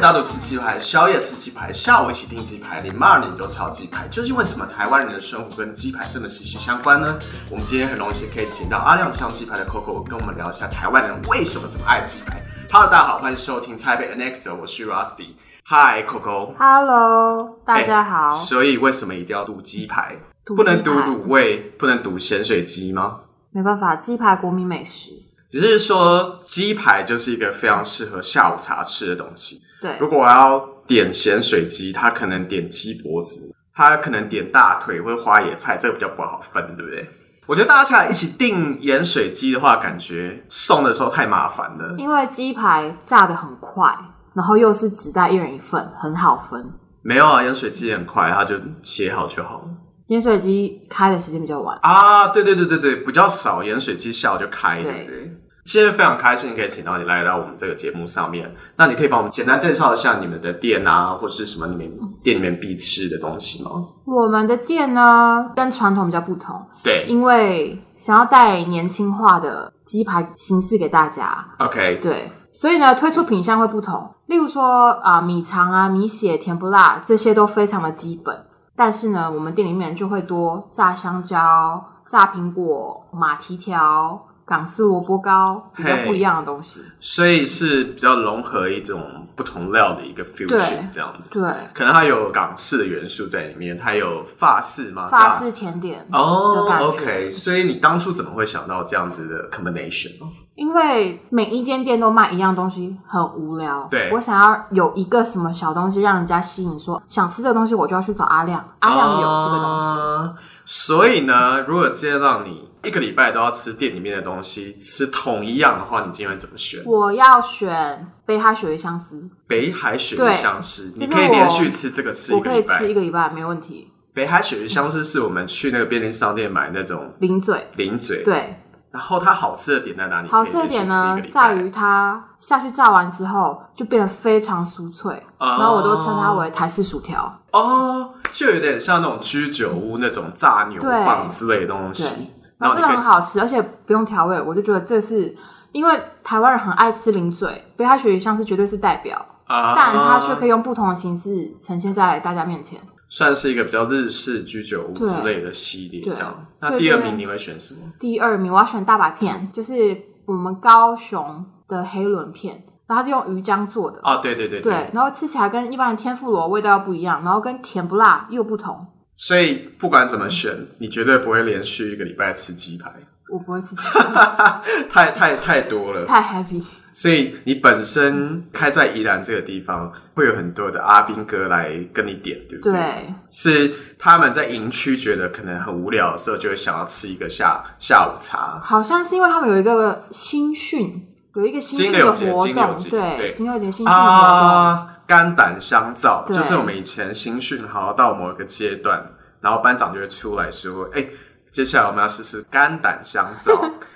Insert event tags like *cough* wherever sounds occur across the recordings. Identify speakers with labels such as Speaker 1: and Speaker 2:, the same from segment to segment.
Speaker 1: 到的吃鸡排、宵夜吃鸡排、下午一起订鸡排，连骂人都炒鸡排。究竟为什么台湾人的生活跟鸡排这么息息相关呢？我们今天很荣幸可以请到阿亮上鸡排的 Coco，跟我们聊一下台湾人为什么这么爱鸡排。Hello，大家好，欢迎收听蔡北 Anecto，我是 Rusty。Hi，Coco。
Speaker 2: Hello，大
Speaker 1: 哎
Speaker 2: 家好。
Speaker 1: 所以为什么一定要卤鸡排？
Speaker 2: 毒
Speaker 1: 不能
Speaker 2: 鸡
Speaker 1: 读
Speaker 2: 排
Speaker 1: 卤味，不能读咸水鸡吗？
Speaker 2: 没办法，鸡排国民美食。
Speaker 1: 只是说鸡排就是一个非常适合下午茶吃的东西。
Speaker 2: 对，
Speaker 1: 如果我要点咸水鸡，它可能点鸡脖子，它可能点大腿或者花椰菜，这个比较不好分，对不对？我觉得大家下来一起订盐水鸡的话，感觉送的时候太麻烦了。
Speaker 2: 因为鸡排炸得很快，然后又是只带一人一份，很好分。
Speaker 1: 没有啊，盐水鸡很快，它就切好就好了。
Speaker 2: 盐水鸡开的时间比较晚，
Speaker 1: 啊，对对对对对，比较少盐水鸡下午就开，对不
Speaker 2: 对
Speaker 1: 对？今天非常开心可以请到你来到我们这个节目上面，那你可以帮我们简单介绍一下你们的店啊，或是什么你们店里面必吃的东西吗？
Speaker 2: 我们的店呢跟传统比较不同，
Speaker 1: 对
Speaker 2: 因为想要带年轻化的鸡排形式给大家，
Speaker 1: ，OK，
Speaker 2: 对，所以呢推出品相会不同。例如说啊、米肠啊、米血、甜不辣这些都非常的基本，但是呢，我们店里面就会多炸香蕉、炸苹果、马蹄条、港式萝卜糕比较不一样的东西。
Speaker 1: 所以是比较融合一种不同料的一个 fusion 这样子，
Speaker 2: 对，
Speaker 1: 可能它有港式的元素在里面，它有法式吗？
Speaker 2: 法式甜点
Speaker 1: 炸哦
Speaker 2: 的感觉
Speaker 1: ，OK，所以你当初怎么会想到这样子的 combination？呢
Speaker 2: 因为每一间店都卖一样东西，很无聊。
Speaker 1: 对
Speaker 2: 我想要有一个什么小东西让人家吸引说想吃这个东西，我就要去找阿亮。阿亮有这个东西，啊
Speaker 1: 东西。所以呢，如果今天让你一个礼拜都要吃店里面的东西，吃同一样的话，你今天会怎么选？
Speaker 2: 我要选北海鳕鱼香丝，
Speaker 1: 北海鳕鱼
Speaker 2: 对
Speaker 1: 香丝，你
Speaker 2: 这是
Speaker 1: 可以
Speaker 2: 我
Speaker 1: 连续吃这个吃一
Speaker 2: 我
Speaker 1: 个
Speaker 2: 可
Speaker 1: 礼
Speaker 2: 以吃
Speaker 1: 拜。
Speaker 2: 一个礼拜没问题。
Speaker 1: 北海鳕鱼香丝是我们去那个便利商店买那种
Speaker 2: 零嘴，
Speaker 1: 零嘴，
Speaker 2: 对，
Speaker 1: 然后它好吃的点在哪里？
Speaker 2: 好吃的点呢
Speaker 1: 你可以连续吃一个礼拜
Speaker 2: 在于它下去炸完之后就变得非常酥脆，
Speaker 1: 哦
Speaker 2: 然后我都称它为台式薯条。
Speaker 1: 哦，就有点像那种居酒屋那种炸牛
Speaker 2: 对
Speaker 1: 蒡之类的东西
Speaker 2: 对，
Speaker 1: 然
Speaker 2: 然
Speaker 1: 后你
Speaker 2: 后这个
Speaker 1: 可以
Speaker 2: 很好吃，而且不用调味，我就觉得这是因为台湾人很爱吃零嘴，北海鳕鱼香是绝对是代表，
Speaker 1: 啊，
Speaker 2: 但它却可以用不同的形式呈现在大家面前。
Speaker 1: 算是一个比较日式居酒屋
Speaker 2: 对
Speaker 1: 之类的系列这样。
Speaker 2: 对
Speaker 1: 那第二
Speaker 2: 所以就嗯
Speaker 1: 名你会选什么？
Speaker 2: 第二名我要选大白片，就是我们高雄的黑轮片，然后它是用鱼浆做的，
Speaker 1: 啊，对对对对，
Speaker 2: 对，然后吃起来跟一般的天妇罗味道又不一样，然后跟甜不辣又不同。
Speaker 1: 所以不管怎么选，你绝对不会连续一个礼拜吃鸡排， *laughs*
Speaker 2: 我不会吃，
Speaker 1: 太太太多了。
Speaker 2: 太 heavy。 *laughs*
Speaker 1: 所以你本身开在宜兰这个地方，会有很多的阿兵哥来跟你点，对不对？
Speaker 2: 对，
Speaker 1: 是他们在营区觉得可能很无聊的时候，就会想要吃一个下下午茶。
Speaker 2: 好像是因为他们有一个新训，有一个新训
Speaker 1: 金柳
Speaker 2: 的
Speaker 1: 节
Speaker 2: 活
Speaker 1: 金柳
Speaker 2: 动
Speaker 1: 节，对
Speaker 2: 对，金六节新训活动，
Speaker 1: 啊，肝胆相照，
Speaker 2: 对
Speaker 1: 就是我们以前新训好到某一个阶段，然后班长就会出来说：“哎、接下来我们要实施肝胆相
Speaker 2: *laughs*
Speaker 1: 照，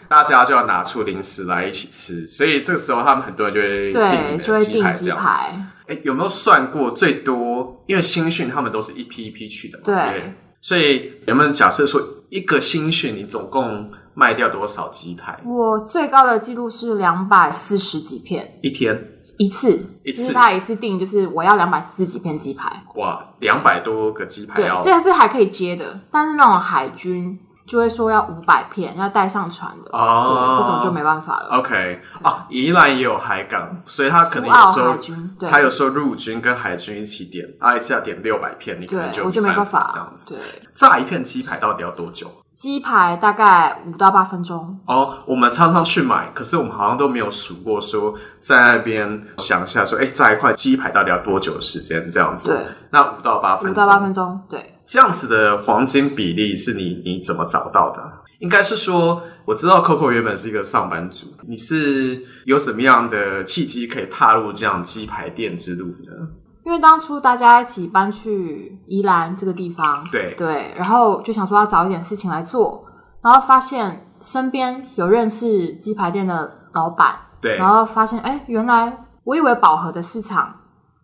Speaker 1: 大家就要拿出零食来一起吃。”所以这个时候，他们很多人就会订你
Speaker 2: 对，
Speaker 1: 的
Speaker 2: 就会
Speaker 1: 鸡
Speaker 2: 订
Speaker 1: 排这
Speaker 2: 鸡
Speaker 1: 样子。
Speaker 2: 排。
Speaker 1: 哎、有没有算过最多？因为新训他们都是一批一批去的嘛，
Speaker 2: 对
Speaker 1: 不对。所以有没有假设说，一个新训你总共卖掉多少鸡排？
Speaker 2: 我最高的记录是两百四十几片
Speaker 1: 一天
Speaker 2: 一次，
Speaker 1: 一次
Speaker 2: 就是他一次订就是我要两百四十几片鸡排，
Speaker 1: 哇，两百多个鸡排
Speaker 2: 对
Speaker 1: 要，
Speaker 2: 这个是还可以接的，但是那种海军就会说要五百片，要带上船的，
Speaker 1: 哦
Speaker 2: 对，这种就没办法了。
Speaker 1: OK 啊，宜兰也有海港，所以他可能
Speaker 2: 福澳
Speaker 1: 有时候
Speaker 2: 海军对
Speaker 1: 他有时候陆军跟海军一起点，啊，一次要点六百片，你可
Speaker 2: 对
Speaker 1: 能，
Speaker 2: 我就没
Speaker 1: 办
Speaker 2: 办法
Speaker 1: 这样子。
Speaker 2: 对，
Speaker 1: 炸一片鸡排到底要多久？
Speaker 2: 鸡排大概五到八分钟，
Speaker 1: 哦，我们常常去买，可是我们好像都没有数过说，在那边想一下说，哎、炸一块鸡排到底要多久的时间？这样子，
Speaker 2: 对，
Speaker 1: 那五到八分
Speaker 2: 五
Speaker 1: 钟，
Speaker 2: 到八分钟，对。
Speaker 1: 这样子的黄金比例是你你怎么找到的啊？应该是说，我知道 Coco 原本是一个上班族，你是有什么样的契机可以踏入这样鸡排店之路呢？
Speaker 2: 因为当初大家一起搬去宜兰这个地方，
Speaker 1: 对
Speaker 2: 对，然后就想说要找一点事情来做，然后发现身边有认识鸡排店的老板，
Speaker 1: 对
Speaker 2: 然后发现哎，原来我以为饱和的市场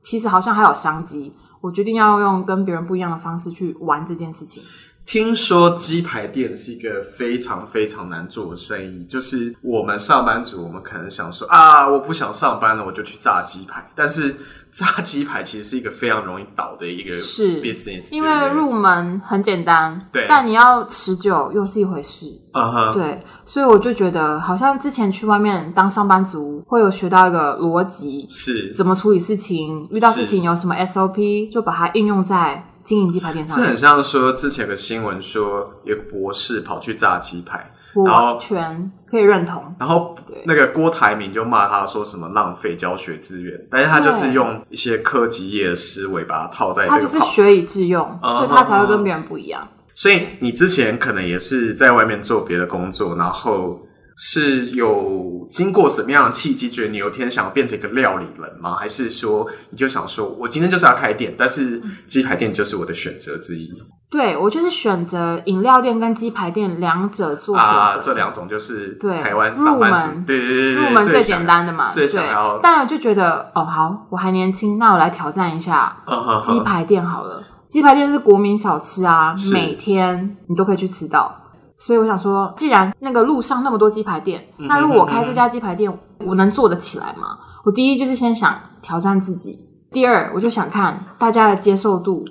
Speaker 2: 其实好像还有商机，我决定要用跟别人不一样的方式去玩这件事情。
Speaker 1: 听说鸡排店是一个非常非常难做的生意，就是我们上班族，我们可能想说啊，我不想上班了，我就去炸鸡排。但是炸鸡排其实是一个非常容易倒的一个
Speaker 2: 是
Speaker 1: business，对
Speaker 2: 因
Speaker 1: 不
Speaker 2: 为
Speaker 1: 对
Speaker 2: 入门很简单，
Speaker 1: 对
Speaker 2: 但你要持久又是一回事。
Speaker 1: 嗯哼，
Speaker 2: 对，所以我就觉得，好像之前去外面当上班族，会有学到一个逻辑，
Speaker 1: 是
Speaker 2: 怎么处理事情，遇到事
Speaker 1: 是
Speaker 2: 情有什么 SOP，就把它应用在经营鸡排店上
Speaker 1: 这很
Speaker 2: 面。
Speaker 1: 像说之前有个新闻说，有个博士跑去炸鸡排，
Speaker 2: 我
Speaker 1: 然后
Speaker 2: 完全可以认同，
Speaker 1: 然后
Speaker 2: 对
Speaker 1: 那个郭台铭就骂他说什么浪费教学资源，但是他就是用一些科技业的思维把它套在
Speaker 2: 他
Speaker 1: 哎这个
Speaker 2: 就是
Speaker 1: 跑。
Speaker 2: 学以致用，
Speaker 1: 嗯
Speaker 2: 所以他才会跟别人不一样。
Speaker 1: 所以你之前可能也是在外面做别的工作，然后是有经过什么样的契机，觉得你有一天想要变成一个料理人吗？还是说你就想说我今天就是要开店，但是鸡排店就是我的选择之一
Speaker 2: 对我就是选择饮料店跟鸡排店两者做选择，
Speaker 1: 啊？这两种就是
Speaker 2: 对
Speaker 1: 台湾上班
Speaker 2: 入
Speaker 1: 族
Speaker 2: 门
Speaker 1: 对对对对对
Speaker 2: 入门最
Speaker 1: 想
Speaker 2: 简单的嘛，
Speaker 1: 最
Speaker 2: 对，
Speaker 1: 想要
Speaker 2: 但我就觉得哦，好，我还年轻，那我来挑战一下
Speaker 1: 嗯哼
Speaker 2: 鸡
Speaker 1: 哼
Speaker 2: 排店好了。鸡排店是国民小吃啊
Speaker 1: 是，
Speaker 2: 每天你都可以去吃到。所以我想说，既然那个路上那么多鸡排店，那如果我开这家鸡排店，我能做得起来吗？我第一就是先想挑战自己，第二我就想看大家的接受度，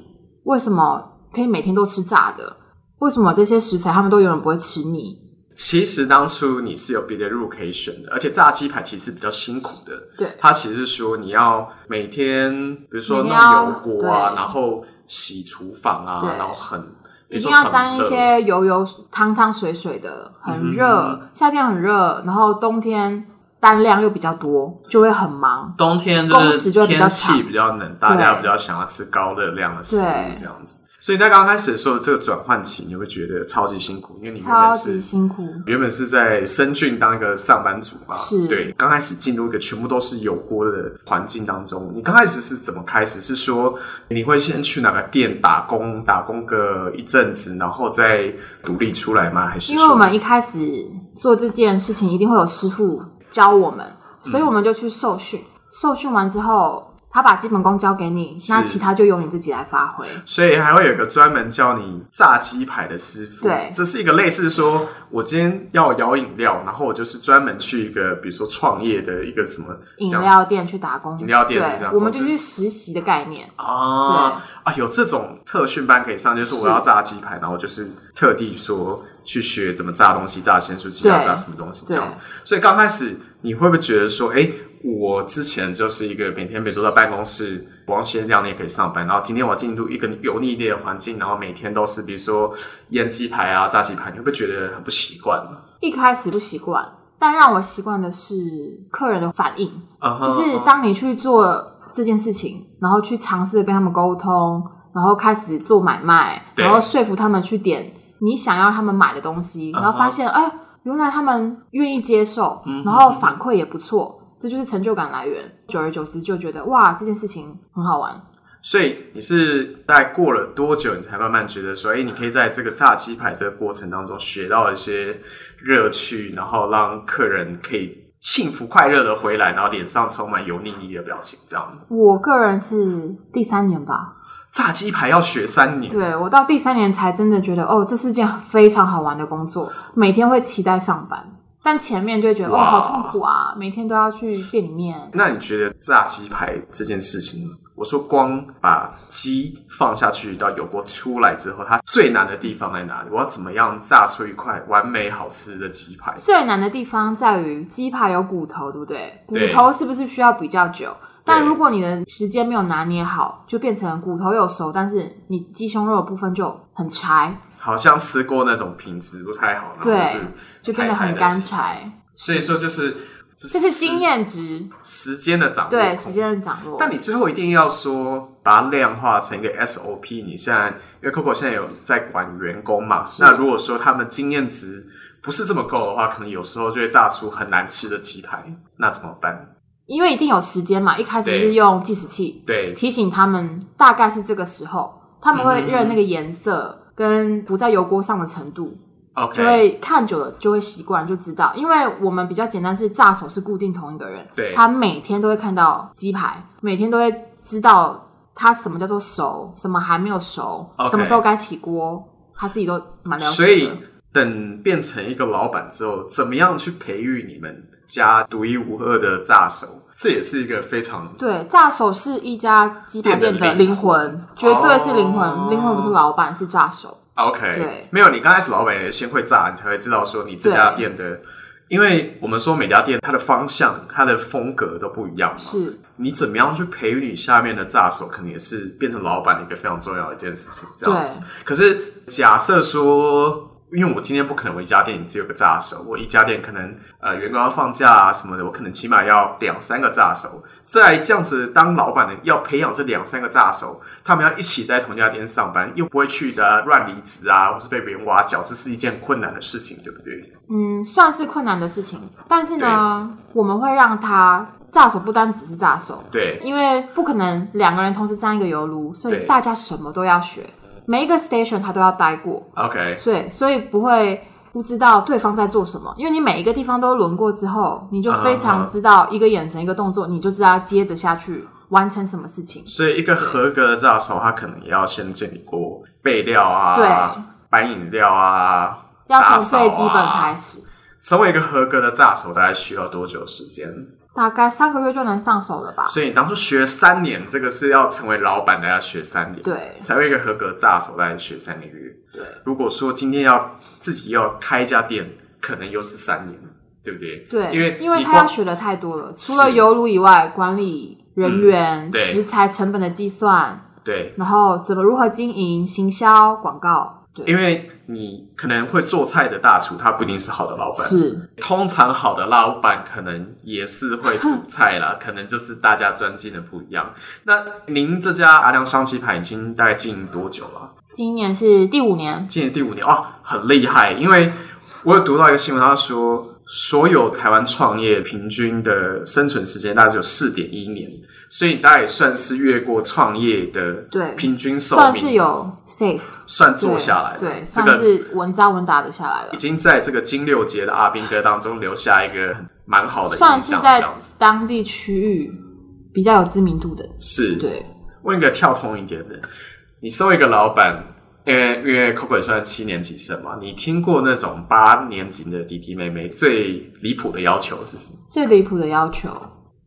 Speaker 2: 为什么可以每天都吃炸的？为什么这些食材他们都永远不会吃腻？
Speaker 1: 其实当初你是有别的路可以选的，而且炸鸡排其实比较辛苦的。
Speaker 2: 对
Speaker 1: 它其实是说你要每天，比如说弄
Speaker 2: 每天要
Speaker 1: 油锅啊，
Speaker 2: 对
Speaker 1: 然后洗厨房啊
Speaker 2: 对，
Speaker 1: 然后很，比
Speaker 2: 一
Speaker 1: 如
Speaker 2: 定
Speaker 1: 说
Speaker 2: 要
Speaker 1: 很
Speaker 2: 沾一
Speaker 1: 热嗯
Speaker 2: 些油油汤汤水水的，很热，夏天很热，然后冬天单量又比较多，就会很忙。
Speaker 1: 冬天
Speaker 2: 工
Speaker 1: 就是
Speaker 2: 时就会比较
Speaker 1: 天
Speaker 2: 长
Speaker 1: 气比较冷，大家
Speaker 2: 对
Speaker 1: 比较想要吃高热量的食物
Speaker 2: 对
Speaker 1: 这样子。所以在刚开始的时候，这个转换期你会觉得超级辛苦，因为你原
Speaker 2: 超
Speaker 1: 本
Speaker 2: 级
Speaker 1: 是
Speaker 2: 辛苦，
Speaker 1: 原本是在深圳当一个上班族嘛，
Speaker 2: 是
Speaker 1: 对，刚开始进入一个全部都是油锅的环境当中，你刚开始是怎么开始？是说你会先去哪个店打工，打工个一阵子，然后再独立出来吗？还是
Speaker 2: 因为
Speaker 1: 说
Speaker 2: 我们一开始做这件事情，一定会有师傅教我们，
Speaker 1: 嗯
Speaker 2: 所以我们就去受训。受训完之后，他把基本功教给你，那
Speaker 1: 是
Speaker 2: 其他就由你自己来发挥。
Speaker 1: 所以还会有一个专门教你炸鸡排的师傅，
Speaker 2: 对
Speaker 1: 这是一个类似说，我今天要摇饮料，然后我就是专门去一个，比如说创业的一个什么
Speaker 2: 饮
Speaker 1: 这样
Speaker 2: 料店去打工，
Speaker 1: 饮料店是这
Speaker 2: 对
Speaker 1: 样，
Speaker 2: 我们就
Speaker 1: 或是
Speaker 2: 去实习的概念。
Speaker 1: 啊啊，有这种特训班可以上，就是我要炸鸡排，然后就是特地说去学怎么炸东西，炸鲜蔬鸡啊，
Speaker 2: 对
Speaker 1: 炸什么东西这
Speaker 2: 对
Speaker 1: 样。所以刚开始你会不会觉得说，哎，我之前就是一个每天每周在办公室。光鲜亮丽可以上班，然后今天我进入一个油腻烈的环境，然后每天都是比如说腌鸡排啊、炸鸡排，你会不会觉得很不习惯？
Speaker 2: 一开始不习惯，但让我习惯的是客人的反应。
Speaker 1: 啊哈
Speaker 2: 就是当你去做这件事情，然后去尝试跟他们沟通，然后开始做买卖，
Speaker 1: 对
Speaker 2: 然后说服他们去点你想要他们买的东西，然后
Speaker 1: 嗯
Speaker 2: 发现，哎、原来他们愿意接受，
Speaker 1: 嗯
Speaker 2: 然后反馈也不错，这就是成就感来源。久而久之就觉得，哇，这件事情很好玩。
Speaker 1: 所以你是大概过了多久，你才慢慢觉得说，哎、你可以在这个炸鸡排这个过程当中学到一些乐趣，然后让客人可以幸福快乐的回来，然后脸上充满油腻腻的表情，这样。
Speaker 2: 我个人是第三年吧，
Speaker 1: 炸鸡排要学三年，
Speaker 2: 对我到第三年才真的觉得，哦，这是件非常好玩的工作，每天会期待上班。但前面就会觉得哦，
Speaker 1: 哇
Speaker 2: 好痛苦啊！每天都要去店里面
Speaker 1: 那你觉得炸鸡排这件事情，我说光把鸡放下去到油锅出来之后，它最难的地方在哪里？我要怎么样炸出一块完美好吃的鸡排？
Speaker 2: 最难的地方在于鸡排有骨头，对不对？骨
Speaker 1: 对
Speaker 2: 头是不是需要比较久？但如果你的时间没有拿捏好，就变成骨头有熟，但是你鸡胸肉的部分就很柴，
Speaker 1: 好像吃过那种品质不太好，然后
Speaker 2: 对
Speaker 1: 是
Speaker 2: 就变
Speaker 1: 柴
Speaker 2: 得
Speaker 1: 柴
Speaker 2: 很
Speaker 1: 的
Speaker 2: 干
Speaker 1: 鸡
Speaker 2: 柴。
Speaker 1: 所以说就是这
Speaker 2: 这是经验值，
Speaker 1: 时间的掌握，
Speaker 2: 对时。间的掌握。
Speaker 1: 但你最后一定要说把它量化成一个 SOP。你现在因为 Coco 现在有在管员工嘛，那如果说他们经验值不是这么够的话，可能有时候就会炸出很难吃的鸡排，那怎么办？
Speaker 2: 因为一定有时间嘛，一开始
Speaker 1: 对
Speaker 2: 是用计时器
Speaker 1: 对，嗯
Speaker 2: 提醒他们大概是这个时候，他们会认那个颜色跟浮在油锅上的程度。就
Speaker 1: OK，
Speaker 2: 会看久了就会习惯，就知道。因为我们比较简单，是炸手是固定同一个人，
Speaker 1: 对
Speaker 2: 他每天都会看到鸡排，每天都会知道它什么叫做熟，什么还没有熟
Speaker 1: OK
Speaker 2: 什么时候该起锅，他自己都蛮了解的。
Speaker 1: 所以等变成一个老板之后，怎么样去培育你们家独一无二的炸手？这也是一个非常
Speaker 2: 对，炸手是一家鸡排店的
Speaker 1: 店的灵
Speaker 2: 灵魂，绝对是灵
Speaker 1: 哦
Speaker 2: 魂。灵魂不是老板，是炸手。
Speaker 1: OK，
Speaker 2: 对
Speaker 1: 没有你刚开始老板也先会炸，你才会知道说你这家店的，因为我们说每家店它的方向、它的风格都不一样嘛。
Speaker 2: 是
Speaker 1: 你怎么样去培育你下面的炸手，可能也是变成老板的一个非常重要的一件事情。这样子，可是假设说。因为我今天不可能，我一家店只有个炸手，我一家店可能呃员工要放假啊什么的，我可能起码要两三个炸手。在这样子当老板的要培养这两三个炸手，他们要一起在同一家店上班，又不会去的乱离职啊，或是被别人挖角，这是一件困难的事情，对不对？
Speaker 2: 嗯，算是困难的事情，但是呢，我们会让他炸手不单只是炸手，
Speaker 1: 对，
Speaker 2: 因为不可能两个人同时站一个油炉，所
Speaker 1: 对
Speaker 2: 以大家什么都要学，每一个 station 他都要待过，
Speaker 1: OK，
Speaker 2: 所以所以不会不知道对方在做什么，因为你每一个地方都轮过之后，你就非
Speaker 1: 嗯嗯
Speaker 2: 常
Speaker 1: 嗯
Speaker 2: 知道一个眼神一个动作，你就知道接着下去完成什么事情。
Speaker 1: 所以一个合格的炸手，他可能也要先建立过备料
Speaker 2: 对
Speaker 1: 啊，摆饮料啊，
Speaker 2: 要
Speaker 1: 打
Speaker 2: 从
Speaker 1: 扫啊啊
Speaker 2: 最基本开始，
Speaker 1: 成为一个合格的炸手，大概需要多久时间？
Speaker 2: 大概三个月就能上手了吧？
Speaker 1: 所以你当初学三年，这个是要成为老板的要学三年，，
Speaker 2: 对
Speaker 1: 才会一个合格的炸手，大概学三个月。
Speaker 2: 对，
Speaker 1: 如果说今天要自己要开一家店，可能又是三年，对不对？
Speaker 2: 对，
Speaker 1: 因为
Speaker 2: 因为
Speaker 1: 你
Speaker 2: 他要
Speaker 1: 光
Speaker 2: 学的太多了，除
Speaker 1: 是嗯
Speaker 2: 了油炉以外，管理人员、
Speaker 1: 对
Speaker 2: 食材成本的计算，
Speaker 1: 对，
Speaker 2: 然后怎么如何经营、行销、广告，对，
Speaker 1: 因为你可能会做菜的大厨，他不一定是好的老板，
Speaker 2: 是
Speaker 1: 通常好的老板可能也是会煮菜
Speaker 2: *laughs*
Speaker 1: 啦，可能就是大家专精的不一样。那您这家阿良香鸡排已经大概经营多久了？
Speaker 2: 今年是第五年，
Speaker 1: 今年第五年哦，很厉害。因为我有读到一个新闻，他说所有台湾创业平均的生存时间大概只有四点一年，所以你大概也算是越过创业的
Speaker 2: 对
Speaker 1: 平均寿
Speaker 2: 算是
Speaker 1: 命，
Speaker 2: 有 safe
Speaker 1: 算
Speaker 2: 对
Speaker 1: 做下来的
Speaker 2: 对，
Speaker 1: 这
Speaker 2: 算
Speaker 1: 个
Speaker 2: 是稳扎稳打的下来了
Speaker 1: 已，经在这个金六节的阿兵哥当中留下一个蛮好的
Speaker 2: 算
Speaker 1: 印
Speaker 2: 是
Speaker 1: 象，这
Speaker 2: 在
Speaker 1: 样子
Speaker 2: 当地区域比较有知名度的，
Speaker 1: 是
Speaker 2: 对，
Speaker 1: 问一个跳通一点的，你身为一个老板，因为因为 Coco 也算七年级生嘛，你听过那种八年级的弟弟妹妹最离谱的要求是什么？
Speaker 2: 最离谱的要求，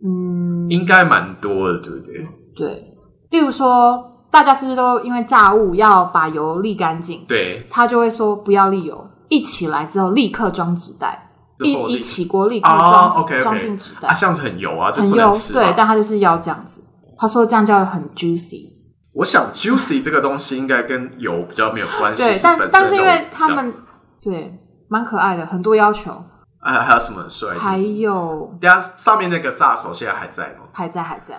Speaker 2: 嗯，
Speaker 1: 应该蛮多的，对不对？
Speaker 2: 对，例如说，大家是不是都因为炸物要把油沥干净？
Speaker 1: 对，
Speaker 2: 他就会说不要沥油，一起来之后立刻装纸袋，
Speaker 1: 之
Speaker 2: 一
Speaker 1: 后立
Speaker 2: 一起锅立刻
Speaker 1: 啊
Speaker 2: 装、
Speaker 1: ，OK
Speaker 2: 装
Speaker 1: OK，
Speaker 2: 进纸袋，
Speaker 1: 啊，这样子很油啊，这
Speaker 2: 很
Speaker 1: 不
Speaker 2: 油
Speaker 1: 能吃
Speaker 2: 对，
Speaker 1: 吧。
Speaker 2: 但他就是要这样子。他说这样叫很 juicy，
Speaker 1: 我想 juicy 这个东西应该跟油比较没有关系，
Speaker 2: 对，但
Speaker 1: 本身
Speaker 2: 但
Speaker 1: 的
Speaker 2: 是因
Speaker 1: 肉
Speaker 2: 为
Speaker 1: 质
Speaker 2: 他
Speaker 1: 这样
Speaker 2: 们对蛮可爱的，很多要求，
Speaker 1: 啊，还有什么很帅的？
Speaker 2: 还有
Speaker 1: 等一下上面那个炸手现在还在吗？
Speaker 2: 还在还在，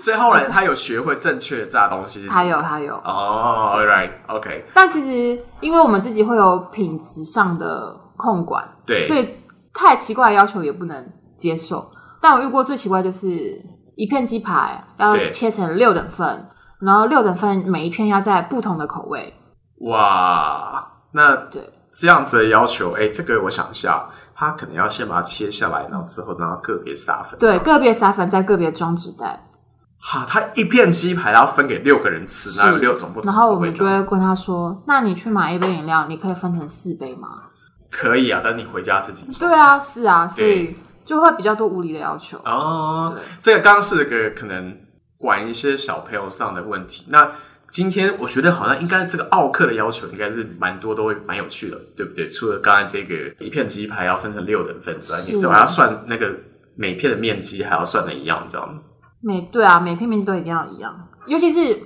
Speaker 1: 所以后来他有学会正确的炸东西是怎么
Speaker 2: 还有还有，
Speaker 1: 哦，all，right，OK，、
Speaker 2: 但其实因为我们自己会有品质上的控管，
Speaker 1: 对
Speaker 2: 所以太奇怪的要求也不能接受。但我遇过最奇怪就是一片鸡排要
Speaker 1: 对
Speaker 2: 切成六等份，然后六等份每一片要在不同的口味，
Speaker 1: 哇，那
Speaker 2: 对
Speaker 1: 这样子的要求，哎、这个我想一下，他可能要先把它切下来，然后之后让它个别撒粉。
Speaker 2: 对，个别撒粉在个别装纸袋，
Speaker 1: 哈，他一片鸡排，然后分给六个人吃，
Speaker 2: 是
Speaker 1: 那有六种不同的
Speaker 2: 然后我
Speaker 1: 味
Speaker 2: 们
Speaker 1: 道
Speaker 2: 就会跟他说：“那你去买一杯饮料，你可以分成四杯吗
Speaker 1: 可以啊，但你回家自己？”做。
Speaker 2: 对啊，是啊，所以就会比较多无理的要求。
Speaker 1: 哦
Speaker 2: 对，
Speaker 1: 这个刚刚是个可能管一些小朋友上的问题。那今天我觉得好像应该这个奥克的要求应该是蛮多都会蛮有趣的，对不对？除了刚才这个一片鸡排要分成六等份之外，
Speaker 2: 是
Speaker 1: 你是还要算那个每片的面积还要算的一样，这样。
Speaker 2: 每对啊，每片面积都一定要一样，尤其是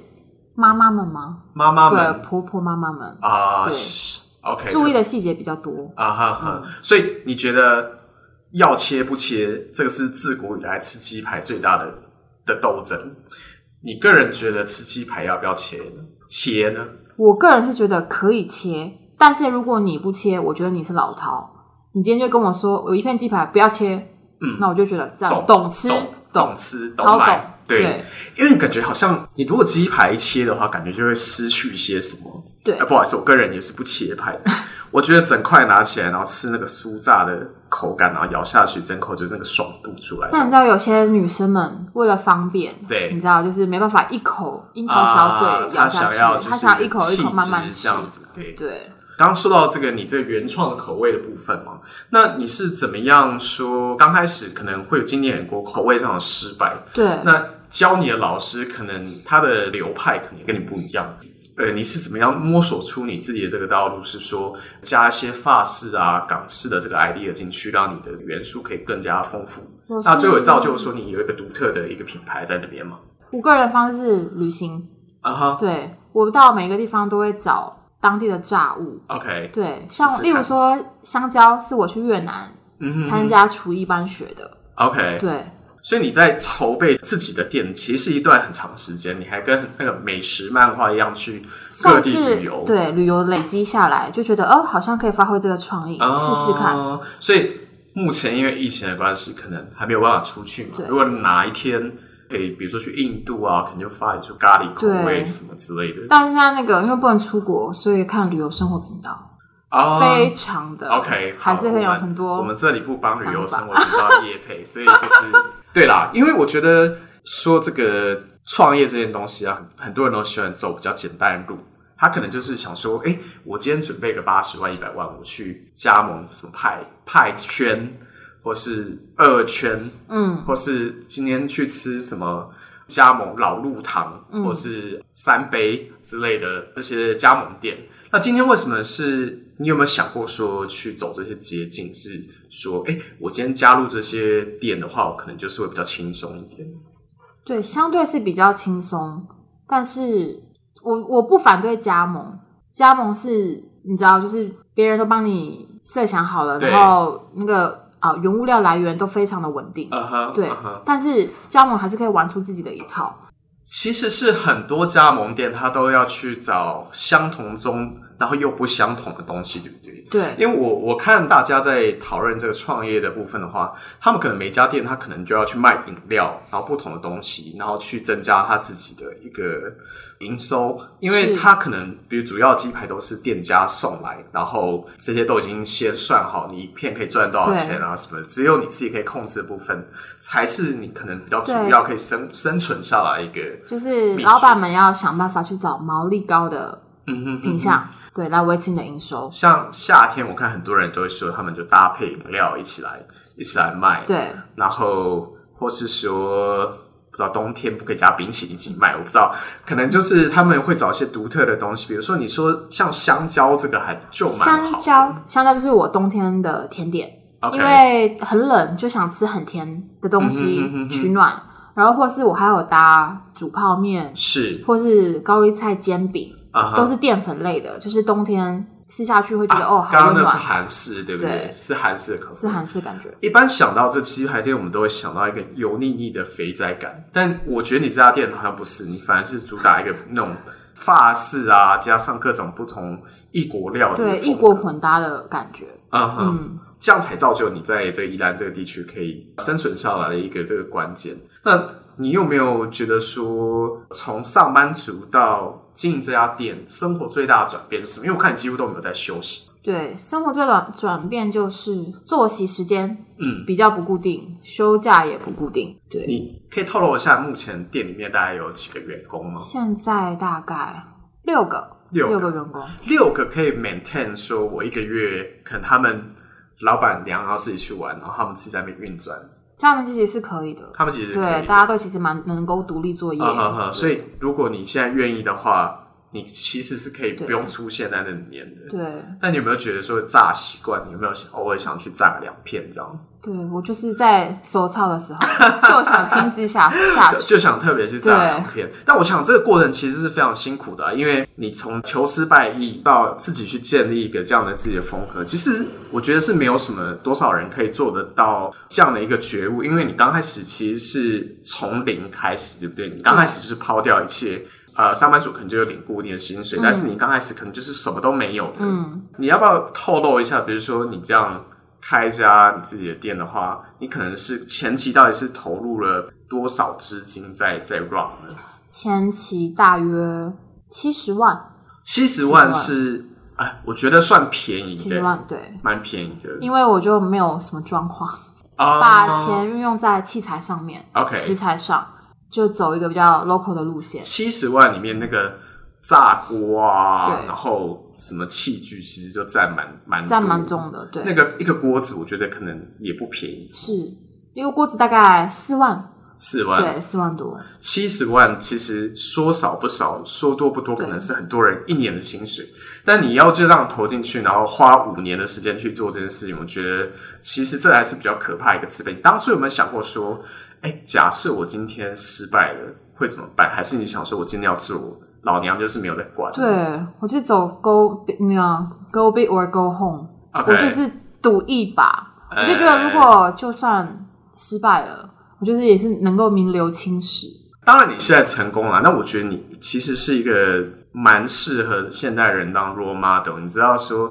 Speaker 2: 妈妈们吗？
Speaker 1: 妈妈
Speaker 2: 对
Speaker 1: 们
Speaker 2: 婆婆妈妈们
Speaker 1: 啊
Speaker 2: 对
Speaker 1: 是，OK，
Speaker 2: 注意的细节比较多。
Speaker 1: 啊哈哈。
Speaker 2: 嗯
Speaker 1: 所以你觉得要切不切，这个是自古以来吃鸡排最大的的斗争。你个人觉得吃鸡排要不要切呢？切呢？
Speaker 2: 我个人是觉得可以切，但是如果你不切，我觉得你是老饕。你今天就跟我说我一片鸡排不要切，
Speaker 1: 嗯
Speaker 2: 那我就觉得这样
Speaker 1: 懂
Speaker 2: 懂吃
Speaker 1: 懂
Speaker 2: 懂
Speaker 1: 吃懂
Speaker 2: 超懂
Speaker 1: 买，，对，因为感觉好像你如果鸡排切的话，感觉就会失去一些什么
Speaker 2: 对
Speaker 1: 哎，不好意思，我个人也是不切派
Speaker 2: *laughs*
Speaker 1: 的。我觉得整块拿起来，然后吃那个酥炸的口感，然后咬下去，整口就是那个爽度出来。
Speaker 2: 但你知道有些女生们为了方便，
Speaker 1: 对
Speaker 2: 你知道就是没办法一口樱桃小
Speaker 1: 啊
Speaker 2: 嘴
Speaker 1: 他
Speaker 2: 咬下
Speaker 1: 想
Speaker 2: 去，
Speaker 1: 要就是
Speaker 2: 她想要一口一
Speaker 1: 气
Speaker 2: 口
Speaker 1: 质
Speaker 2: 慢慢吃
Speaker 1: 这。样子。对，
Speaker 2: 对，
Speaker 1: 刚刚说到这个你这个原创的口味的部分嘛，那你是怎么样说？刚开始可能会有经历很多口味上的失败，
Speaker 2: 对，
Speaker 1: 那教你的老师可能他的流派可能跟你不一样。呃，你是怎么样摸索出你自己的这个道路？是说加一些法式啊、港式的这个 idea 进去，让你的元素可以更加丰富。
Speaker 2: 我是啊
Speaker 1: 那最后也造就说你有一个独特的一个品牌在那边嘛？
Speaker 2: 我个人方式旅行，
Speaker 1: 啊哈
Speaker 2: 对我到每个地方都会找当地的炸物。
Speaker 1: ，OK，
Speaker 2: 对，像
Speaker 1: 试试看
Speaker 2: 例如说香蕉是我去越南
Speaker 1: 嗯哼
Speaker 2: 参加厨艺班学的。
Speaker 1: ，OK。
Speaker 2: 对，
Speaker 1: 所以你在筹备自己的店，其实是一段很长时间，你还跟那个美食漫画一样去各
Speaker 2: 算
Speaker 1: 地
Speaker 2: 是
Speaker 1: 旅游，
Speaker 2: 对旅游累积下来，就觉得哦，好像可以发挥这个创意，
Speaker 1: 啊
Speaker 2: 试试看。。
Speaker 1: 所以目前因为疫情的关系，可能还没有办法出去嘛
Speaker 2: 对。
Speaker 1: 如果哪一天可以，比如说去印度啊，可能就发展出咖喱口味
Speaker 2: 对
Speaker 1: 什么之类的
Speaker 2: 但是现在那个因为不能出国，所以看旅游生活频道，
Speaker 1: 啊。
Speaker 2: 非常的
Speaker 1: OK，好
Speaker 2: 还是很有
Speaker 1: 我们
Speaker 2: 很
Speaker 1: 我
Speaker 2: 多
Speaker 1: 们这里不帮旅游
Speaker 2: 想
Speaker 1: 生
Speaker 2: 法
Speaker 1: 活频道业配，所以
Speaker 2: *laughs*
Speaker 1: 就是对啦，因为我觉得说这个创业这件东西啊，很很多人都喜欢走比较简单的路。他可能就是想说，哎、我今天准备个八十万、一百万，我去加盟什么派派圈，或是二圈，
Speaker 2: 嗯，
Speaker 1: 或是今天去吃什么加盟老鹿堂，或是三杯之类的这些加盟店。那今天为什么是你有没有想过说去走这些捷径？是说，哎、我今天加入这些店的话，我可能就是会比较轻松一点。
Speaker 2: 对，相对是比较轻松，但是我我不反对加盟，加盟是你知道，就是别人都帮你设想好了，
Speaker 1: 对
Speaker 2: 然后那个啊、原物料来源都非常的稳定，
Speaker 1: 嗯哼，
Speaker 2: 对
Speaker 1: 嗯哼
Speaker 2: 但是加盟还是可以玩出自己的一套，
Speaker 1: 其实是很多加盟店它都要去找相同中，然后又不相同的东西，对不对？
Speaker 2: 对，
Speaker 1: 因为我我看大家在讨论这个创业的部分的话，他们可能每家店他可能就要去卖饮料，然后不同的东西，然后去增加他自己的一个营收，因为
Speaker 2: 是
Speaker 1: 他可能比如主要鸡排都是店家送来，然后这些都已经先算好你一片可以赚多少钱啊什么的，只有你自己可以控制的部分，才是你可能比较主
Speaker 2: 对
Speaker 1: 要可以生生存下来一个，
Speaker 2: 就是
Speaker 1: 秘
Speaker 2: 老
Speaker 1: 诀
Speaker 2: 板们要想办法去找毛利高的
Speaker 1: 嗯哼
Speaker 2: 品项，对，来维持你的营收，
Speaker 1: 像夏天，我看很多人都会说，他们就搭配饮料一起来一起来卖，
Speaker 2: 对，
Speaker 1: 然后或是说不知道冬天不可以加冰淇淋一起卖，我不知道，可能就是他们会找一些独特的东西，比如说你说像香蕉这个还就蛮
Speaker 2: 香
Speaker 1: 好，
Speaker 2: 蕉，香蕉就是我冬天的甜点。
Speaker 1: OK，
Speaker 2: 因为很冷，就想吃很甜的东
Speaker 1: 嗯哼嗯哼嗯
Speaker 2: 西
Speaker 1: 哼
Speaker 2: 取暖。然后或是我还有搭煮泡面，
Speaker 1: 是
Speaker 2: 或是高丽菜煎饼，
Speaker 1: 啊哈，啊
Speaker 2: 都是淀粉类的，就是冬天吃下去会觉得、哦，好
Speaker 1: 刚刚
Speaker 2: 温
Speaker 1: 那是
Speaker 2: 暖，
Speaker 1: 韩式，对不
Speaker 2: 对
Speaker 1: 是韩式的口味，
Speaker 2: 是韩式感觉。
Speaker 1: 一般想到这鸡排店，我们都会想到一个油腻腻的肥宅感，但我觉得你这家店好像不是，你反而是主打一个那种法式啊，加上各种不同异国料理的
Speaker 2: 对，
Speaker 1: 风格，
Speaker 2: 异国混搭的感觉，
Speaker 1: 嗯哼，
Speaker 2: 嗯，
Speaker 1: 这样才造就你在这个宜兰这个地区可以生存下来的一个这个关键。那你有没有觉得说，从上班族到经营这家店，生活最大的转变是什么？因为我看你几乎都没有在休息。
Speaker 2: 对，生活最转转变就是作息时间
Speaker 1: 嗯，
Speaker 2: 比较不固定，休假也不固定。对，
Speaker 1: 你可以透露一下目前店里面大概有几个员工吗？
Speaker 2: 现在大概六个，
Speaker 1: 六个
Speaker 2: 六个员工，
Speaker 1: 六个可以 maintain 说，我一个月可能他们老板娘然后自己去玩，然后他们自己在那边运转，
Speaker 2: 他们其实是可以的。
Speaker 1: 他们其实可以
Speaker 2: 对，
Speaker 1: 的
Speaker 2: 大家都其实蛮能够独立作业。
Speaker 1: 啊哈哈，所
Speaker 2: 以
Speaker 1: 以如果你现在愿意的话，你其实是可以不用出现在那里面的。
Speaker 2: 对
Speaker 1: 但你有没有觉得说炸习惯？你有没有偶尔想去炸个两片这样？
Speaker 2: 对，我就是在手操的时候就想亲自下
Speaker 1: *laughs*
Speaker 2: 下
Speaker 1: 就
Speaker 2: 去。
Speaker 1: 就想特别去炸两片。但我想这个过程其实是非常辛苦的啊、因为你从求失败意到自己去建立一个这样的自己的风格，其实我觉得是没有什么多少人可以做得到这样的一个觉悟，因为你刚开始其实是从零开始，对不对？你刚开始就是抛掉一切。呃，上班族可能就有领固定的薪水，但是你刚开始可能就是什么都没有的。
Speaker 2: 嗯，
Speaker 1: 你要不要透露一下？比如说你这样开一家你自己的店的话，你可能是前期到底是投入了多少资金在在 run 呢？
Speaker 2: 前期大约七十万，
Speaker 1: 七十万是哎，我觉得算便宜
Speaker 2: 七十
Speaker 1: 的，
Speaker 2: 万对，
Speaker 1: 蛮便宜的。
Speaker 2: 因为我就没有什么装潢，
Speaker 1: 啊
Speaker 2: 把钱运用在器材上面
Speaker 1: OK
Speaker 2: 食材上，就走一个比较 local 的路线。
Speaker 1: 七十万里面那个炸锅啊，
Speaker 2: 对
Speaker 1: 然后什么器具，其实就占蛮蛮
Speaker 2: 占蛮
Speaker 1: 多
Speaker 2: 重的，对，
Speaker 1: 那个一个锅子，我觉得可能也不便宜，
Speaker 2: 是一个锅子大概四万，
Speaker 1: 四万、
Speaker 2: 对，四万多，
Speaker 1: 七十万，其实说少不少，说多不多，可
Speaker 2: 对
Speaker 1: 能是很多人一年的薪水。但你要就这样投进去，然后花五年的时间去做这件事情，我觉得其实这还是比较可怕的一个资本。你当初有没有想过说，哎，假设我今天失败了会怎么办？还是你想说我今天要做，老娘就是没有在管？
Speaker 2: 对我就走 go big- 那个 go big or go home，
Speaker 1: OK，
Speaker 2: 我就是赌一把，我就觉得
Speaker 1: 哎
Speaker 2: 如果就算失败了，我就是也是能够名留青史，
Speaker 1: 当然你现在成功了，那我觉得你其实是一个蛮适合现代人当 role model。你知道说，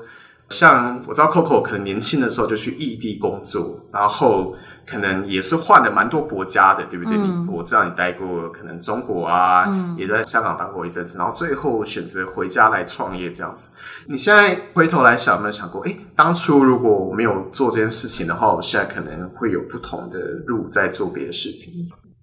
Speaker 1: 像我知道 Coco 可能年轻的时候就去异地工作，然后可能也是换了蛮多国家的，对不对？
Speaker 2: 嗯
Speaker 1: 你我知道你待过可能中国啊，
Speaker 2: 嗯
Speaker 1: 也在香港当过一阵子，然后最后选择回家来创业这样子。你现在回头来想，有没有想过，诶，当初如果我没有做这件事情的话，我现在可能会有不同的路在做别的事情。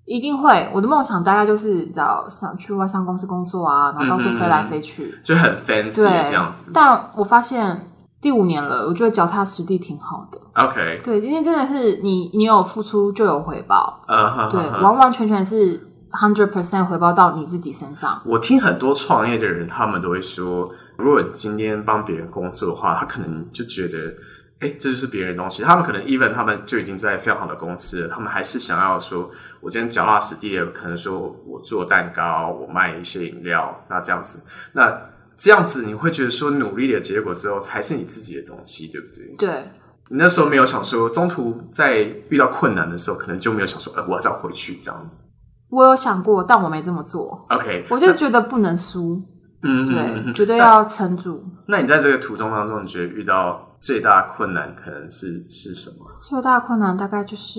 Speaker 2: 一定会。我的梦想大概就是找想去外商公司工作啊，然后到处
Speaker 1: 嗯嗯嗯
Speaker 2: 飞来飞去，
Speaker 1: 就很 fancy
Speaker 2: 对
Speaker 1: 这样子。
Speaker 2: 但我发现。第五年了，我觉得脚踏实地挺好的。
Speaker 1: OK，
Speaker 2: 对，今天真的是你，你有付出就有回报。
Speaker 1: 呃，哈
Speaker 2: 对
Speaker 1: 哈，哈
Speaker 2: 完完全全是 hundred percent 回报到你自己身上。
Speaker 1: 我听很多创业的人，他们都会说，如果你今天帮别人工作的话，他可能就觉得，哎、这就是别人的东西。他们可能 even 他们就已经在非常好的公司了，他们还是想要说，我今天脚踏实地的，可能说我做蛋糕，我卖一些饮料，那这样子，那这样子你会觉得说，努力的结果之后才是你自己的东西，对不对？
Speaker 2: 对，
Speaker 1: 你那时候没有想说，中途在遇到困难的时候，可能就没有想说，呃，我要找回去这样。
Speaker 2: 我有想过，但我没这么做。
Speaker 1: OK，
Speaker 2: 我就是觉得不能输，
Speaker 1: 嗯，
Speaker 2: 对，
Speaker 1: 嗯嗯
Speaker 2: 绝对要撑住。
Speaker 1: 那你在这个途中当中，你觉得遇到最大的困难可能是是什么
Speaker 2: 最大的困难大概就是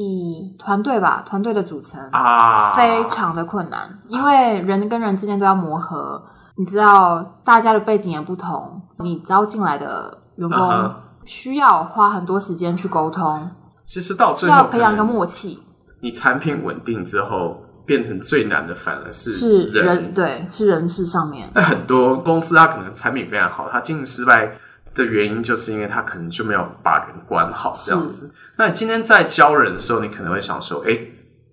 Speaker 2: 团队吧，团队的组成、
Speaker 1: 啊？
Speaker 2: 非常的困难，因为人跟人之间都要磨合。你知道，大家的背景也不同，你招进来的员工
Speaker 1: 嗯哼
Speaker 2: 需要花很多时间去沟通，
Speaker 1: 其实到最
Speaker 2: 要
Speaker 1: 后，
Speaker 2: 培养一个
Speaker 1: 可能
Speaker 2: 默契。
Speaker 1: 你产品稳定之后，变成最难的反而是
Speaker 2: 是
Speaker 1: 人。
Speaker 2: 人对，是人事上面。
Speaker 1: 那很多公司它可能产品非常好，它经营失败的原因就是因为它可能就没有把人管好这样子。那你今天在教人的时候，你可能会想说，哎、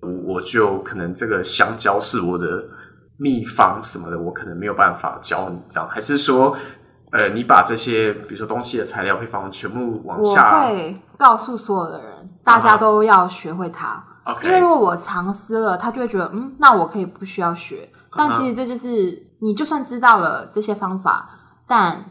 Speaker 1: 我我就可能这个香蕉是我的秘方什么的，我可能没有办法教你这样，还是说，呃，你把这些比如说东西的材料配方全部往
Speaker 2: 我
Speaker 1: 下啊
Speaker 2: 会告诉所有的人，大家都要学会它，
Speaker 1: ，OK，
Speaker 2: 因为如果我藏私了，他就会觉得，嗯，那我可以不需要学。但
Speaker 1: 啊哈
Speaker 2: 其实这就是你就算知道了这些方法，但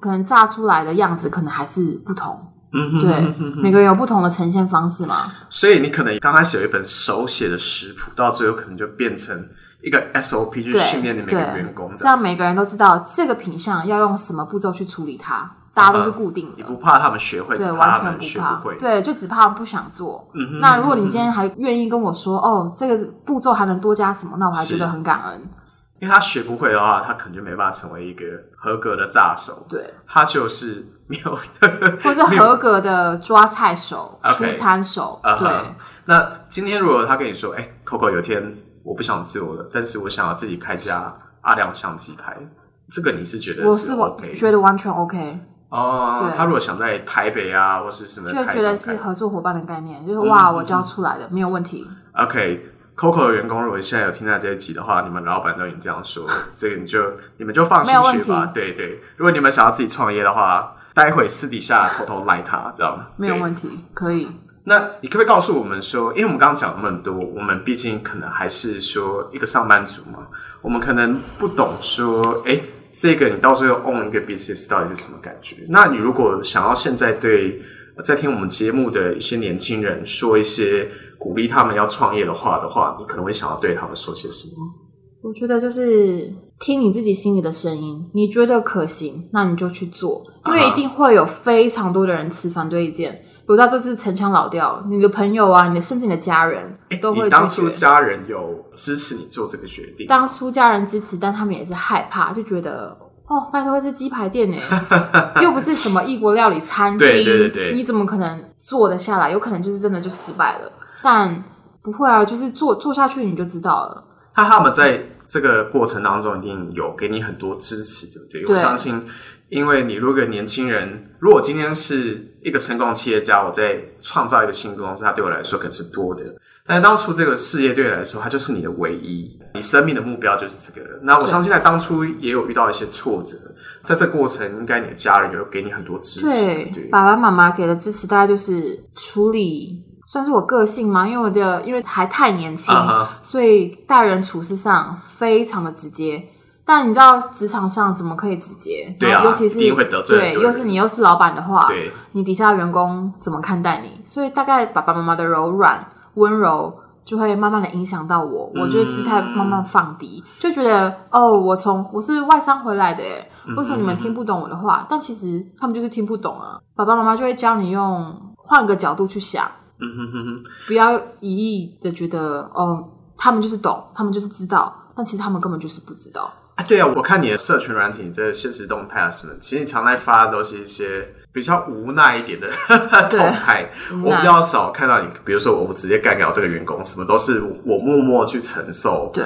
Speaker 2: 可能炸出来的样子可能还是不同。
Speaker 1: 嗯哼
Speaker 2: 对
Speaker 1: 哼哼，哼
Speaker 2: 每个人有不同的呈现方式嘛。
Speaker 1: 所以你可能刚开始有一本手写的食谱，到最后可能就变成一个 SOP 去
Speaker 2: 对
Speaker 1: 训练你每个
Speaker 2: 对
Speaker 1: 员工这样
Speaker 2: 这样每个人都知道这个品相要用什么步骤去处理它，大家都是固定
Speaker 1: 你
Speaker 2: 的。
Speaker 1: 不怕他们学会，只
Speaker 2: 对，
Speaker 1: 怕
Speaker 2: 完
Speaker 1: 他
Speaker 2: 全
Speaker 1: 们
Speaker 2: 不
Speaker 1: 学
Speaker 2: 怕，
Speaker 1: 会。
Speaker 2: 对，就只怕不想做。
Speaker 1: 嗯哼
Speaker 2: 那如果你今天还愿意跟我说，哦，这个步骤还能多加什么，那我还
Speaker 1: 是
Speaker 2: 觉得很感恩。
Speaker 1: 因为他学不会的话，他可能就没办法成为一个合格的炸手，
Speaker 2: 对，
Speaker 1: 他就是没有。 *laughs*
Speaker 2: 或是合格的抓菜手、出
Speaker 1: OK
Speaker 2: 餐手，
Speaker 1: 啊哈
Speaker 2: 对，
Speaker 1: 那今天如果他跟你说，哎、c o c o 有天我不想做了，但是我想要自己开家阿亮相机拍，这个你是觉得
Speaker 2: 我
Speaker 1: 是
Speaker 2: 是我
Speaker 1: OK
Speaker 2: 觉得完全 OK，
Speaker 1: 哦？
Speaker 2: 对
Speaker 1: 他如果想在台北啊，或是什么
Speaker 2: 就
Speaker 1: 开展开，嗯
Speaker 2: 觉得是合作伙伴的概念，就是哇，我教出来的没有问题。
Speaker 1: OK。Coco 的员工，如果现在有听到这一集的话，你们老板都已经这样说，这个你就你们就放心
Speaker 2: 没有问
Speaker 1: 学吧。对对，如果你们想要自己创业的话，待会私底下偷偷赖他，知道吗？
Speaker 2: 没有
Speaker 1: 对
Speaker 2: 问题，可以。
Speaker 1: 那你可不可以告诉我们说，因为我们刚刚讲那么多，我们毕竟可能还是说一个上班族嘛，我们可能不懂说，哎、这个你到最后 own 一个 business 到底是什么感觉？那你如果想要现在对呃在听我们节目的一些年轻人说一些鼓励他们要创业的话的话，你可能会想要对他们说些什么？
Speaker 2: 我觉得就是听你自己心里的声音，你觉得可行，那你就去做，
Speaker 1: 啊
Speaker 2: 因为
Speaker 1: 哈
Speaker 2: 一定会有非常多的人持反对意见。我知道这是陈腔老调，你的朋友啊，你的甚至你的家人都会
Speaker 1: 你当初
Speaker 2: 拒绝。
Speaker 1: 家人有支持你做这个决定？
Speaker 2: 当初家人支持，但他们也是害怕，就觉得哦，拜托是鸡排店
Speaker 1: *laughs*
Speaker 2: 哎，又不是什么异国料理餐厅，
Speaker 1: 对对对对
Speaker 2: 你怎么可能做得下来？有可能就是真的就失败了，但不会啊，就是做做下去你就知道了。
Speaker 1: 那他们在这个过程当中一定有给你很多支持，对不对？
Speaker 2: 对
Speaker 1: 我相信，因为你如果年轻人，如果今天是一个成功的企业家，我在创造一个新公司，它对我来说可能是多的。但是当初这个事业对你来说，它就是你的唯一，你生命的目标就是这个。那我相信，在当初也有遇到一些挫折，在这过程，应该你的家人有给你很多支持，对
Speaker 2: 对
Speaker 1: 不对，
Speaker 2: 爸爸妈妈给的支持大概就是处理，算是我个性嘛，因为我的因为还太年轻
Speaker 1: 啊哈
Speaker 2: 所以待人处事上非常的直接。但你知道职场上怎么可以直接？
Speaker 1: 对啊
Speaker 2: 然后尤其是
Speaker 1: 一定会得罪很
Speaker 2: 对，
Speaker 1: 多人
Speaker 2: 又是你又是老板的话，
Speaker 1: 对
Speaker 2: 你底下员工怎么看待你？所以大概爸爸妈妈的柔软温柔。就会慢慢的影响到我，我就会姿态慢慢放低，就觉得哦，我从我是外商回来的耶，为什么你们听不懂我的话？但其实他们就是听不懂啊。爸爸妈妈就会教你用换个角度去想，
Speaker 1: 嗯哼哼哼，
Speaker 2: 不要一意的觉得哦，他们就是懂，他们就是知道，但其实他们根本就是不知道。
Speaker 1: 啊，对啊，我看你的社群软体，你这现实动态啊什么，其实你常在发的都是一些比较无奈一点的 *laughs* 动态。
Speaker 2: 无
Speaker 1: 我
Speaker 2: 奈
Speaker 1: 比较少看到你，比如说我直接干掉这个员工，什么都是我默默去承受
Speaker 2: 对，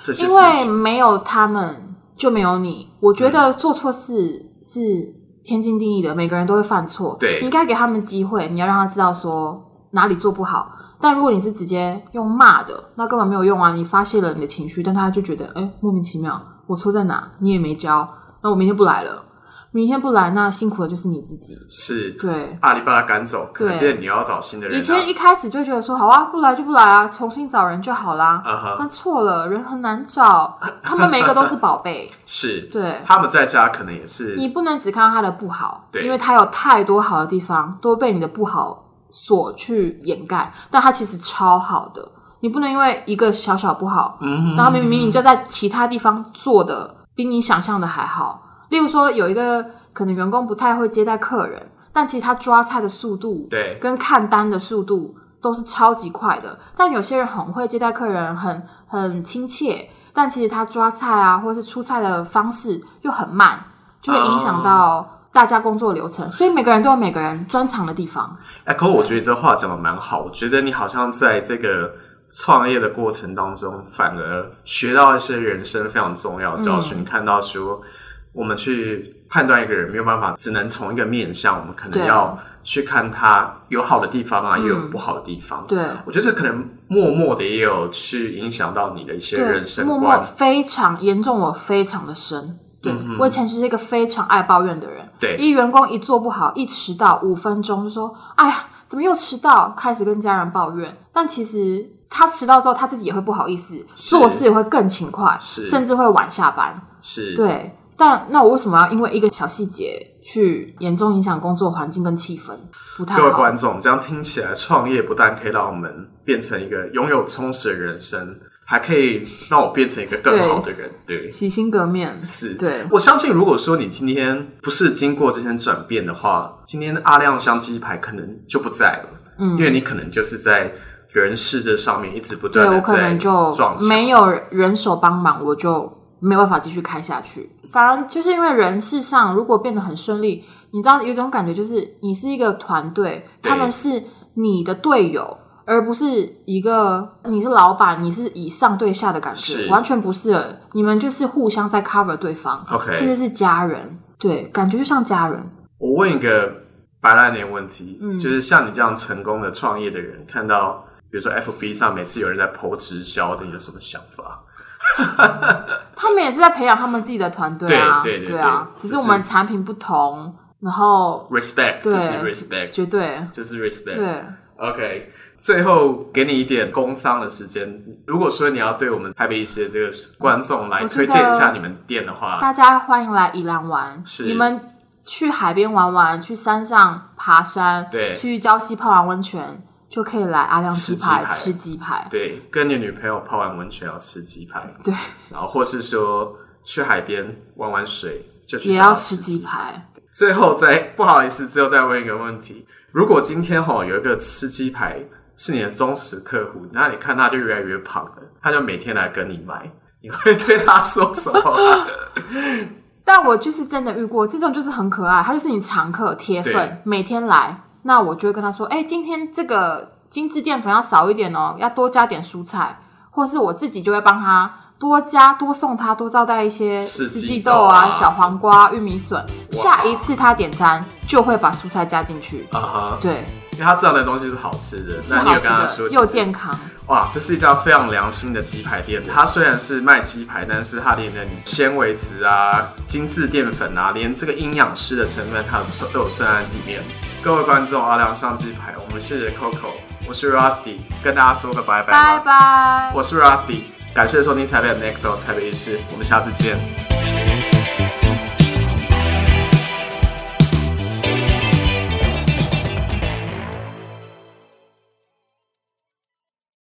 Speaker 1: 这些
Speaker 2: 因
Speaker 1: 事
Speaker 2: 为
Speaker 1: 情。嗯
Speaker 2: 没有他们就没有你。我觉得做错事是天经地义的，每个人都会犯错。
Speaker 1: 对
Speaker 2: 你应该给他们机会，你要让他知道说哪里做不好。但如果你是直接用骂的，那根本没有用啊！你发泄了你的情绪，但他就觉得，哎、莫名其妙，我错在哪？你也没教，那我明天不来了。明天不来，那辛苦的就是你自己。
Speaker 1: 是
Speaker 2: 对，
Speaker 1: 啊，你把他赶走，可能
Speaker 2: 对
Speaker 1: 变成你要找新的人
Speaker 2: 以
Speaker 1: 啊。
Speaker 2: 前一开始就觉得说，好啊，不来就不来啊，重新找人就好啦。
Speaker 1: 啊哈，
Speaker 2: 但错了，人很难找，他们每一个都是宝
Speaker 1: *laughs*
Speaker 2: 贝。
Speaker 1: 是
Speaker 2: 对，
Speaker 1: 他们在家可能也是
Speaker 2: 你不能只看到他的不好，
Speaker 1: 对
Speaker 2: 因为他有太多好的地方都被你的不好所去掩盖，但他其实超好的。你不能因为一个小小不好，
Speaker 1: 嗯
Speaker 2: 然后明明明明就在其他地方做的比你想象的还好。例如说，有一个可能员工不太会接待客人，但其实他抓菜的速度，
Speaker 1: 对
Speaker 2: 跟看单的速度都是超级快的。但有些人很会接待客人，很很亲切，但其实他抓菜啊，或是出菜的方式又很慢，就会影响到大家工作流程。所以每个人都有每个人专长的地方。
Speaker 1: 哎，可我觉得这话讲的蛮好，我觉得你好像在这个创业的过程当中，反而学到一些人生非常重要的教
Speaker 2: 嗯
Speaker 1: 训。你看到说，我们去判断一个人没有办法，只能从一个面向，我们可能
Speaker 2: 对
Speaker 1: 要去看他有好的地方啊，也有
Speaker 2: 嗯
Speaker 1: 不好的地方。
Speaker 2: 对，
Speaker 1: 我觉得这可能默默的也有去影响到你的一些
Speaker 2: 对
Speaker 1: 人，生
Speaker 2: 默默
Speaker 1: 观。
Speaker 2: 非常严重，我非常的深。对、
Speaker 1: 嗯
Speaker 2: 我以前就是一个非常爱抱怨的人，
Speaker 1: 对，
Speaker 2: 一员工一做不好，一迟到五分钟就说：“哎呀，怎么又迟到？”开始跟家人抱怨。但其实他迟到之后，他自己也会不好意思，
Speaker 1: 是
Speaker 2: 做事也会更勤快，
Speaker 1: 是
Speaker 2: 甚至会晚下班。
Speaker 1: 是，
Speaker 2: 对，但那我为什么要因为一个小细节去严重影响工作环境跟气氛？不太
Speaker 1: 各位
Speaker 2: 好。
Speaker 1: 观众，这样听起来，创业不但可以让我们变成一个拥有充实的人生，还可以让我变成一个更好的人。对，
Speaker 2: 洗心革面，
Speaker 1: 是。
Speaker 2: 对
Speaker 1: 我相信，如果说你今天不是经过这些转变的话，今天阿亮香鸡排可能就不在了，
Speaker 2: 嗯
Speaker 1: 因为你可能就是在人事这上面一直不
Speaker 2: 对
Speaker 1: 断
Speaker 2: 我
Speaker 1: 的
Speaker 2: 可
Speaker 1: 在
Speaker 2: 能就
Speaker 1: 撞墙。
Speaker 2: 没有人手帮忙，我就没有办法继续开下去。反而就是因为人事上如果变得很顺利，你知道有一种感觉就是你是一个团队，
Speaker 1: 对
Speaker 2: 他们是你的队友。而不是一个你是老板，你是以上对下的感觉，
Speaker 1: 是
Speaker 2: 完全不是了。你们就是互相在 cover 对方
Speaker 1: OK
Speaker 2: 甚至是家人，对，感觉就像家人。
Speaker 1: 我问一个白烂点问题，
Speaker 2: 嗯
Speaker 1: 就是像你这样成功的创业的人，看到比如说 FB 上每次有人在 PO 直销的，你有什么想法？
Speaker 2: 他们也是在培养他们自己的团队啊，
Speaker 1: 对对对
Speaker 2: 啊，
Speaker 1: 对
Speaker 2: 只是我们
Speaker 1: 只
Speaker 2: 产品不同，然后
Speaker 1: respect，
Speaker 2: 对
Speaker 1: 就是 respect，
Speaker 2: 绝对
Speaker 1: 就是 respect。
Speaker 2: 对。
Speaker 1: OK，最后给你一点工商的时间。如果说你要对我们台北一些这个观众来
Speaker 2: 我觉
Speaker 1: 推
Speaker 2: 得
Speaker 1: 荐一下你们店的话，
Speaker 2: 大家欢迎来宜兰玩，
Speaker 1: 是
Speaker 2: 你们去海边玩玩，去山上爬山，
Speaker 1: 对
Speaker 2: 去礁溪泡完温泉，就可以来阿亮
Speaker 1: 吃
Speaker 2: 鸡
Speaker 1: 鸡
Speaker 2: 排
Speaker 1: 排
Speaker 2: 吃鸡排。
Speaker 1: 对，跟你女朋友泡完温泉要吃鸡排，
Speaker 2: 对，
Speaker 1: 然后或是说去海边玩玩水就去
Speaker 2: 也
Speaker 1: 找
Speaker 2: 要
Speaker 1: 她
Speaker 2: 吃鸡
Speaker 1: 鸡。
Speaker 2: 排，
Speaker 1: 最后再不好意思，最后再问一个问题：如果今天哈有一个吃鸡排是你的忠实客户，那你看他就越来越胖了，他就每天来跟你买，你会对他说什么？
Speaker 2: 但我就是真的遇过这种，就是很可爱，他就是你常客铁
Speaker 1: 对
Speaker 2: 粉，每天来，那我就会跟他说，哎、今天这个精致淀粉要少一点哦，要多加点蔬菜，或是我自己就会帮他多加多送他多招待一些
Speaker 1: 四季
Speaker 2: 豆
Speaker 1: 豆啊
Speaker 2: 小黄瓜、玉米笋。下一次他点餐就会把蔬菜加进去，
Speaker 1: *laughs* 啊哈，
Speaker 2: 对，
Speaker 1: 因为他知道那东西是好吃的，
Speaker 2: 是
Speaker 1: 那你
Speaker 2: 好
Speaker 1: 有
Speaker 2: 吃
Speaker 1: 跟他说
Speaker 2: 的，
Speaker 1: 其实
Speaker 2: 又健康。
Speaker 1: 哇，这是一家非常良心的鸡排店。它虽然是卖鸡排，但是它连那个纤维质啊、精致淀粉啊，连这个营养师的成分，它有算都有算在里面。各位观众，阿良上鸡排，我们谢谢 Coco，我是 Rusty，跟大家说个拜拜吧。
Speaker 2: 拜拜。
Speaker 1: 我是 Rusty，感谢收听台北 Anecdote 台北医师，我们下次见。